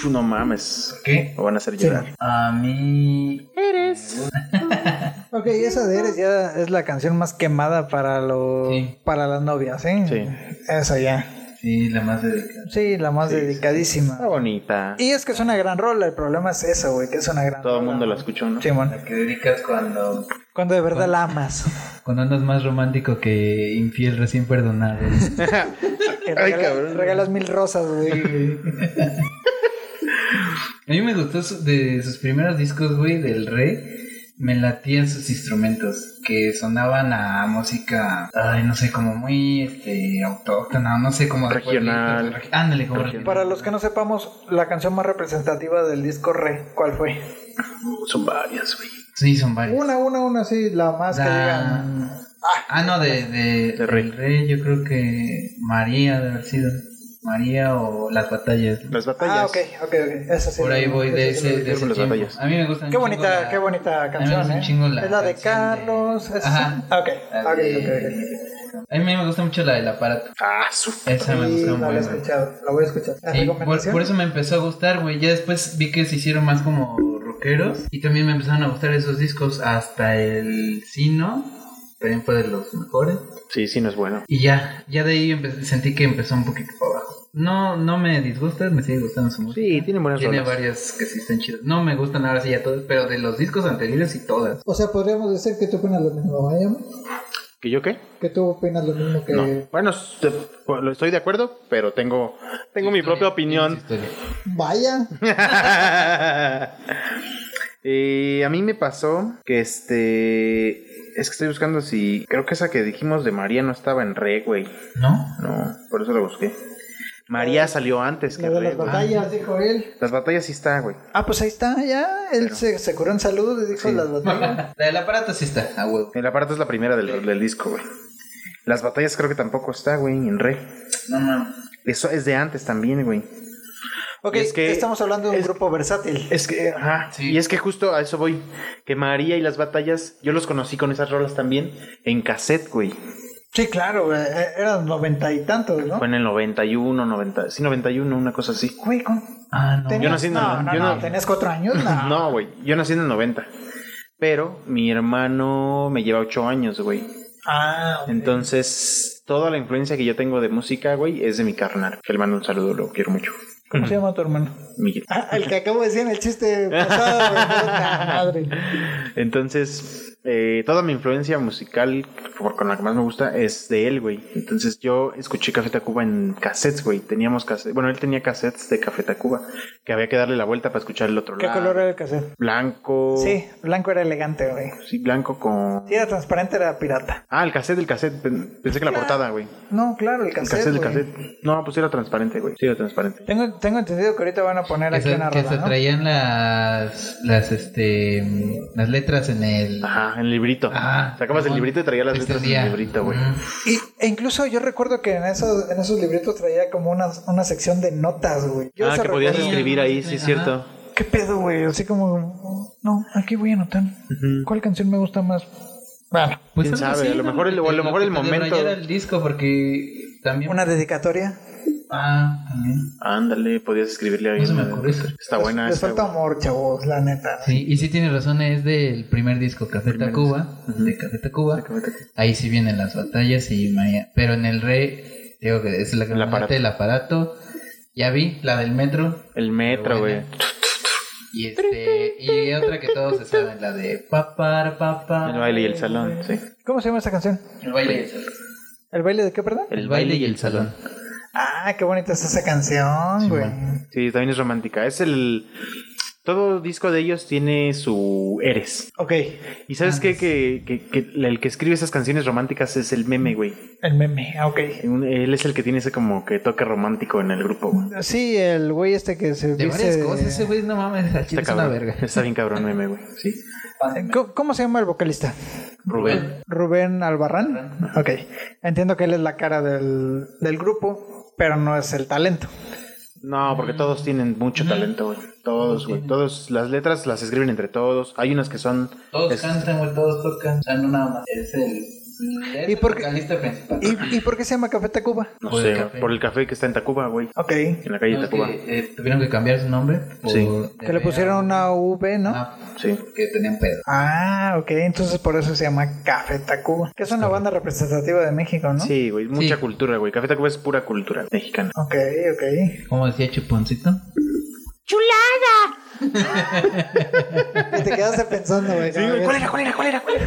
No mames.
¿Qué?
Lo van a hacer
Sí.
llorar.
A mí.
Ok, esa de Eres ya es la canción más quemada para lo,
Sí.
para las novias, ¿eh?
Sí.
Esa ya.
Sí, la más dedicada.
Sí, Ah, la más dedicadísima.
Está bonita.
Y es que es una gran rola, el problema es eso, güey, que es una gran
Todo el
rola.
mundo la escuchó, ¿no?
Simón,
La que dedicas cuando,
cuando de verdad la amas.
cuando andas más romántico que infiel recién perdonado.
Que regala-
cabrón.
Regalas mil rosas, güey.
A mí me gustó su- de sus primeros discos, güey, del Rey. Me latían sus instrumentos que sonaban a música, ay, no sé, como muy este, autóctona, no sé, como de
Regional.
pueblito, regi- Ándale, como
Regional.
Para los que no sepamos, la canción más representativa del disco Re, ¿cuál fue?
Son varias, güey.
Sí, son varios.
Una, una, una, sí, la más que digan.
La- Ah, no, de, de,
De
del
Rey.
Rey. yo creo que María debe haber sido. María o las batallas.
Las batallas.
Ah, ok, ok, ok. Esa sí.
Pues Por ahí
la-
voy de
esa sí
ese,
la-
de ese
Las
tiempo.
batallas.
A mí me gusta
Qué bonita, qué bonita canción,
un
¿eh?
chingo la
es la de
canción de-
Carlos. es-
Ajá.
Ok, Ah, ok, ok, ok.
A mí me gusta mucho la del aparato.
Ah, su.
Esa me
Sí,
gusta
no
un
la he
buen, güey.
escuchado, la voy a escuchar. ¿La
Y por,
recomendación?
por eso me empezó a gustar, güey. Ya después vi que se hicieron más como rockeros. Y también me empezaron a gustar esos discos. Hasta el Sino. También fue de los mejores.
Sí, sí, no es bueno.
Y ya, ya de ahí empe- sentí que empezó un poquito para abajo. No, no me disgusta, me sigue gustando su música.
Sí, tiene buenas
Tiene
rolas.
varias que sí están chidas. No me gustan ahora sí ya todas, pero de los discos anteriores y todas.
O sea, podríamos decir que tú opinas lo mismo, ¿vaya?
¿Que yo qué?
Que tú opinas lo mismo que...
No. Bueno, s- lo estoy de acuerdo, pero tengo, tengo mi propia opinión.
Vaya.
Eh, a mí me pasó que este. Es que estoy buscando si. Creo que esa que dijimos de María no estaba en re, güey.
¿No?
No, por eso la busqué. María salió antes que
La de
re,
las
güey.
batallas, dijo él.
Las batallas sí está, güey.
Ah, pues ahí está, ya. Él
Pero-
se, se curó en salud y dijo
Sí.
las batallas.
Ah, La del aparato sí está, a huevo.
El aparato es la primera del, del disco, güey. Las batallas creo que tampoco está, güey, en re.
No mames.
Eso es de antes también, güey.
ok,
Es que-
estamos hablando de un
es-
grupo versátil.
Es que, eh, ajá,
Sí.
y es que justo a eso voy. Que María y las batallas, yo los conocí con esas rolas también en cassette, güey.
Sí, claro, güey, eh, eran noventa y tantos, ¿no?
Fue en el 91, 90, sí, 91, una cosa así.
Güey, con...
Ah, no.
tenías-
Yo nací en el-
no, no,
yo
no,
no-
tenías cuatro años, no.
No, güey, yo nací en el 90. Pero mi hermano me lleva 8 años, güey.
Ah, ok.
Entonces, toda la influencia que yo tengo de música, güey, es de mi carnal. Que le mando un saludo, lo quiero mucho.
¿Cómo se llama tu hermano?
Miguel.
Ah, el que acabo de decir en el chiste pasado, güey, puta madre.
Entonces, eh, toda mi influencia musical, por- con la que más me gusta, es de él, güey. Entonces, yo escuché Café Tacuba en cassettes, güey. Teníamos cassettes. Bueno, él tenía cassettes de Café Tacuba, que había que darle la vuelta para escuchar el otro
¿Qué
lado.
color era el cassette?
Blanco.
Sí, blanco era elegante, güey.
Sí, blanco con.
Si era transparente, era pirata.
Ah, el cassette, el cassette. Pen- Pensé que la portada, güey.
No, claro, el
El
cassette.
cassette, el
güey.
cassette. No, pues era transparente, güey. Sí, era transparente.
Tengo, tengo entendido que ahorita van a poner
Que
aquí
se,
una
que
rola,
se
¿no?
traían las, las, este, las letras en el...
Ajá, el librito.
Ah, Este
Sacabas el
bueno.
librito y traías las letras en
Existía.
el librito, güey.
Ujú.
Y- e incluso yo recuerdo que en esos, en esos libritos traía como una, una sección de notas, güey. Yo
Ah,
eso
que podías
recuerdo.
escribir ahí, sí,
Ajá.
es cierto.
¿Qué pedo, güey? Así como... no, aquí voy a anotar
Ujú.
cuál canción me gusta más. Bueno,
Quién
Pues algo
sabe, a lo
¿no?
mejor el-
Que te-
a lo mejor el
que te
momento.
rayara el disco porque también...
una dedicatoria.
Ah, también.
Ándale, podías escribirle a
No se me
alguien.
ocurrió eso.
Está buena
Les
esa.
falta
güey.
amor, chavos, la neta.
Sí, y sí tiene razón, es del primer disco Café
Primer
Tacuba,
disco. Ujú.
de Café Tacuba. Ahí sí vienen las batallas y María. Pero en el Rey, digo que es la que
El aparato.
el aparato. Ya vi, la del metro.
El metro, güey.
Buena. Y este, y otra que todos se saben, la de papar,
Ah,
papá.
El baile y el salón, sí.
Eh, ¿Cómo se llama esa canción?
El baile y el salón.
¿El baile de qué, perdón?
El baile y el salón.
Ah, qué bonita es esa canción, güey.
Sí, también es romántica. Es el. Todo disco de ellos tiene su eres.
Ok,
¿Y sabes qué? Que, que- que el que escribe esas canciones románticas es el meme, güey.
el meme, ah, ok.
Un- Él es el que tiene ese como que toque romántico en el grupo, güey.
Sí, el güey este que se
De
viste
varias
de-
cosas, ese güey, no mames, al chile es una
cabrón.
verga.
Está bien cabrón meme, güey. Sí.
¿Cómo, cómo se llama el vocalista?
Rubén.
Rubén Albarrán. Ok, entiendo que él es la cara del, del grupo, pero no es el talento.
No, porque
Mm.
todos tienen mucho talento, güey. Todos, güey. Todos, las letras las escriben entre todos. Hay unas que son.
Todos
es-
cantan, güey, todos tocan. O sea, no nada más. Es el. Es
¿Y
el
por qué-
vocalista principal.
¿Y, y por qué se llama Café Tacuba?
No
Por el
sé, güey,
café.
por el café que está en Tacuba, güey.
Ok,
En la calle
No, es
Tacuba.
que, eh, tuvieron que cambiar su nombre. por-
Sí.
de
que le pusieron una V, ¿no?
Ah,
Sí.
que tenían pedo.
Ah, ok, entonces por eso se llama Café Tacuba, que es una banda representativa de México, ¿no?
Sí, güey. Mucha
Sí.
cultura, güey. Café Tacuba es pura cultura mexicana.
Ok, ok.
¿Cómo decía Chuponcito?
Y te quedaste pensando, güey.
Sí, güey. ¿Cuál era, cuál era, cuál era, cuál era?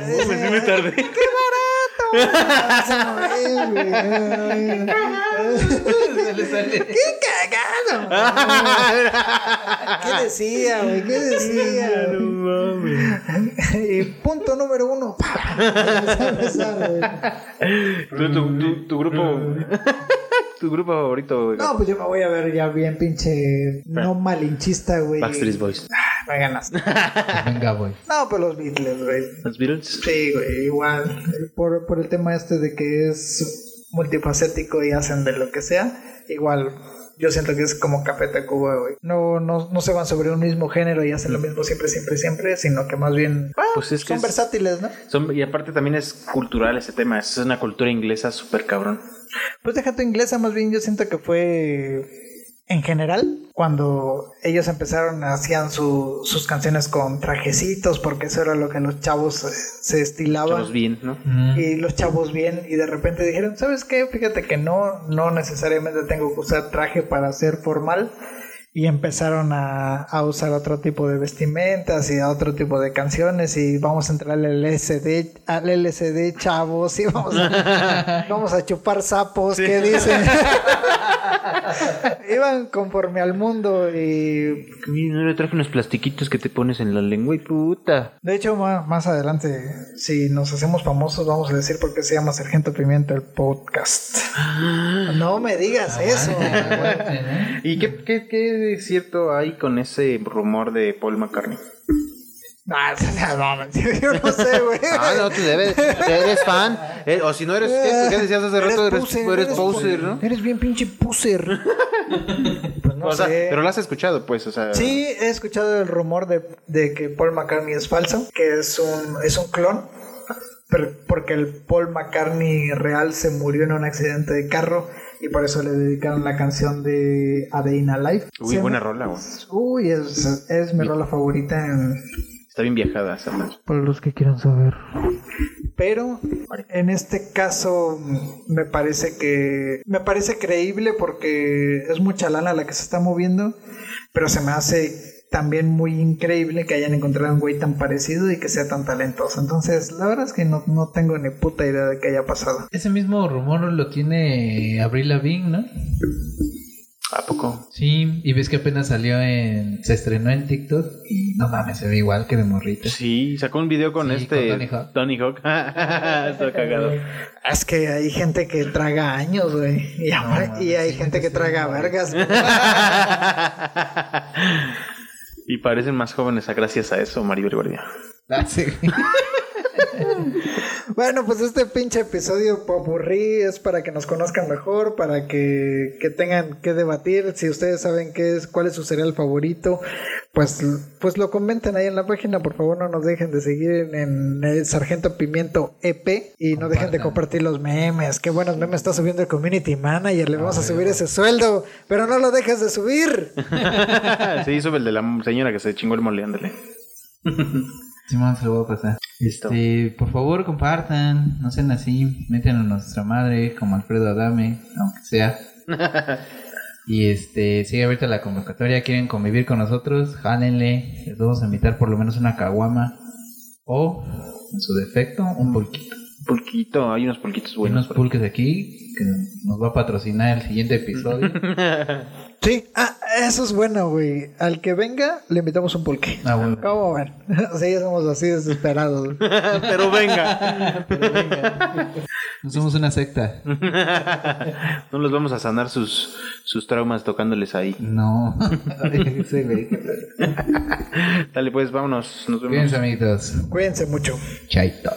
No, me sí me tardé.
Se le sale.
¡Qué cagado! ¿Qué decía, güey? ¿Qué decía?
No mames.
Y punto número uno. pa.
Tú, tu, tu- tu grupo. tu grupo favorito, güey.
No, pues yo me voy a ver ya bien pinche no malinchista, güey.
Backstreet Boys.
Me ganaste.
Venga, güey.
No, pues los Beatles, güey.
Los Beatles.
Sí, güey, igual. Por, por el tema este de que es multifacético y hacen de lo que sea, igual. Yo siento que es como Capeta Cuba, güey. No, no, no se van sobre un mismo género y hacen lo mismo siempre, siempre, siempre, sino que más bien ah,
Pues es que
son
es-
versátiles, ¿no?
Son- y aparte también es cultural ese tema. Es una cultura inglesa súper cabrón.
Pues deja tu inglesa, más bien yo siento que fue en general cuando ellos empezaron, hacían su- sus canciones con trajecitos, porque eso era lo que los chavos eh, se estilaban.
Estamos bien, ¿no?
Mm.
y los chavos bien y de repente dijeron, ¿sabes qué? Fíjate que no, no necesariamente tengo que usar traje para ser formal y empezaron a, a usar otro tipo de vestimentas y a otro tipo de canciones y vamos a entrar al LSD, al LSD chavos y vamos a, vamos a chupar sapos, ¿qué dicen? Iban conforme al mundo y
Que bien, ahora traje unos plastiquitos que te pones en la lengua y puta.
de hecho ma- más, adelante si nos hacemos famosos vamos a decir por qué se llama Sargento Pimienta el podcast.
Ah.
No me digas eso.
¿eh?
¿Y qué, qué, qué de cierto hay con ese rumor de Paul McCartney?
Ah, no, mentira, yo no sé, güey.
Ah, no, tú debes. Eres fan. eh, o si no eres. ¿Qué, qué decías hace rato? Eres,
poser,
eres
eres
poser, ¿no?
Eres bien pinche puser. Pues no
o sea,
sé.
pero lo has escuchado, pues, o sea.
Sí, he escuchado el rumor de, de que Paul McCartney es falso, que es un, es un clon, pero- porque el Paul McCartney real se murió en un accidente de carro y por eso le dedicaron la canción de A Day in a Life.
Uy,
Se-
buena rola, güey.
Uy, es, es mi rola favorita en,
Está bien viajada esa madre.
Para los que quieran saber. Pero en este caso mm, me parece que me parece creíble porque es mucha lana la que se está moviendo, pero se me hace también muy increíble que hayan encontrado un güey tan parecido y que sea tan talentoso. Entonces, la verdad es que no, no tengo ni puta idea de qué haya pasado.
Ese mismo rumor lo tiene Abril Lavigne, ¿no?
¿A poco?
Sí, y ves que apenas salió en. Se estrenó en TikTok y no mames, se ve igual que de morrita.
Sí, sacó un video con
Sí,
este.
con Tony Hawk.
Tony Hawk. Está cagado.
Es que hay gente que traga años, güey. Y, apar-
mames,
y hay
sí,
gente que
sí,
traga
güey.
vergas.
y parecen más jóvenes a- gracias a eso, Maribel Guardia.
Ah, sí.
Bueno, pues este pinche episodio popurrí es para que nos conozcan mejor, para que, que tengan que debatir si ustedes saben qué es, cuál es su cereal favorito, pues, pues lo comenten ahí en la página, por favor no nos dejen de seguir en, en el Sargento Pimiento EP y no dejen de
Compartan.
compartir los memes. Qué buenos memes está subiendo el community manager, le vamos a subir ese sueldo, pero no lo dejes de subir.
sí, sube el de la señora que se chingó el mole, ándale.
Simón, se lo voy a pasar.
Listo.
Este, por favor, compartan, no sean así, métanlo a nuestra madre, como Alfredo Adame, aunque sea. y este, sigue abierta la convocatoria, quieren convivir con nosotros, jálenle, les vamos a invitar por lo menos una caguama o, en su defecto, un pulquito.
Pulquito, hay unos pulquitos
Hay
buenos.
unos pulques aquí que nos va a patrocinar el siguiente episodio.
Sí, ah, eso es bueno, güey. Al que venga, le invitamos un pulque.
Ah, bueno.
¿Cómo ven? Sí, somos así desesperados.
Pero venga,
No somos una secta.
no los vamos a sanar sus, sus traumas tocándoles ahí.
No. Ese güey, qué pedo.
Dale, pues vámonos, nos vemos.
Cuídense, amiguitos.
Cuídense mucho.
Chaito.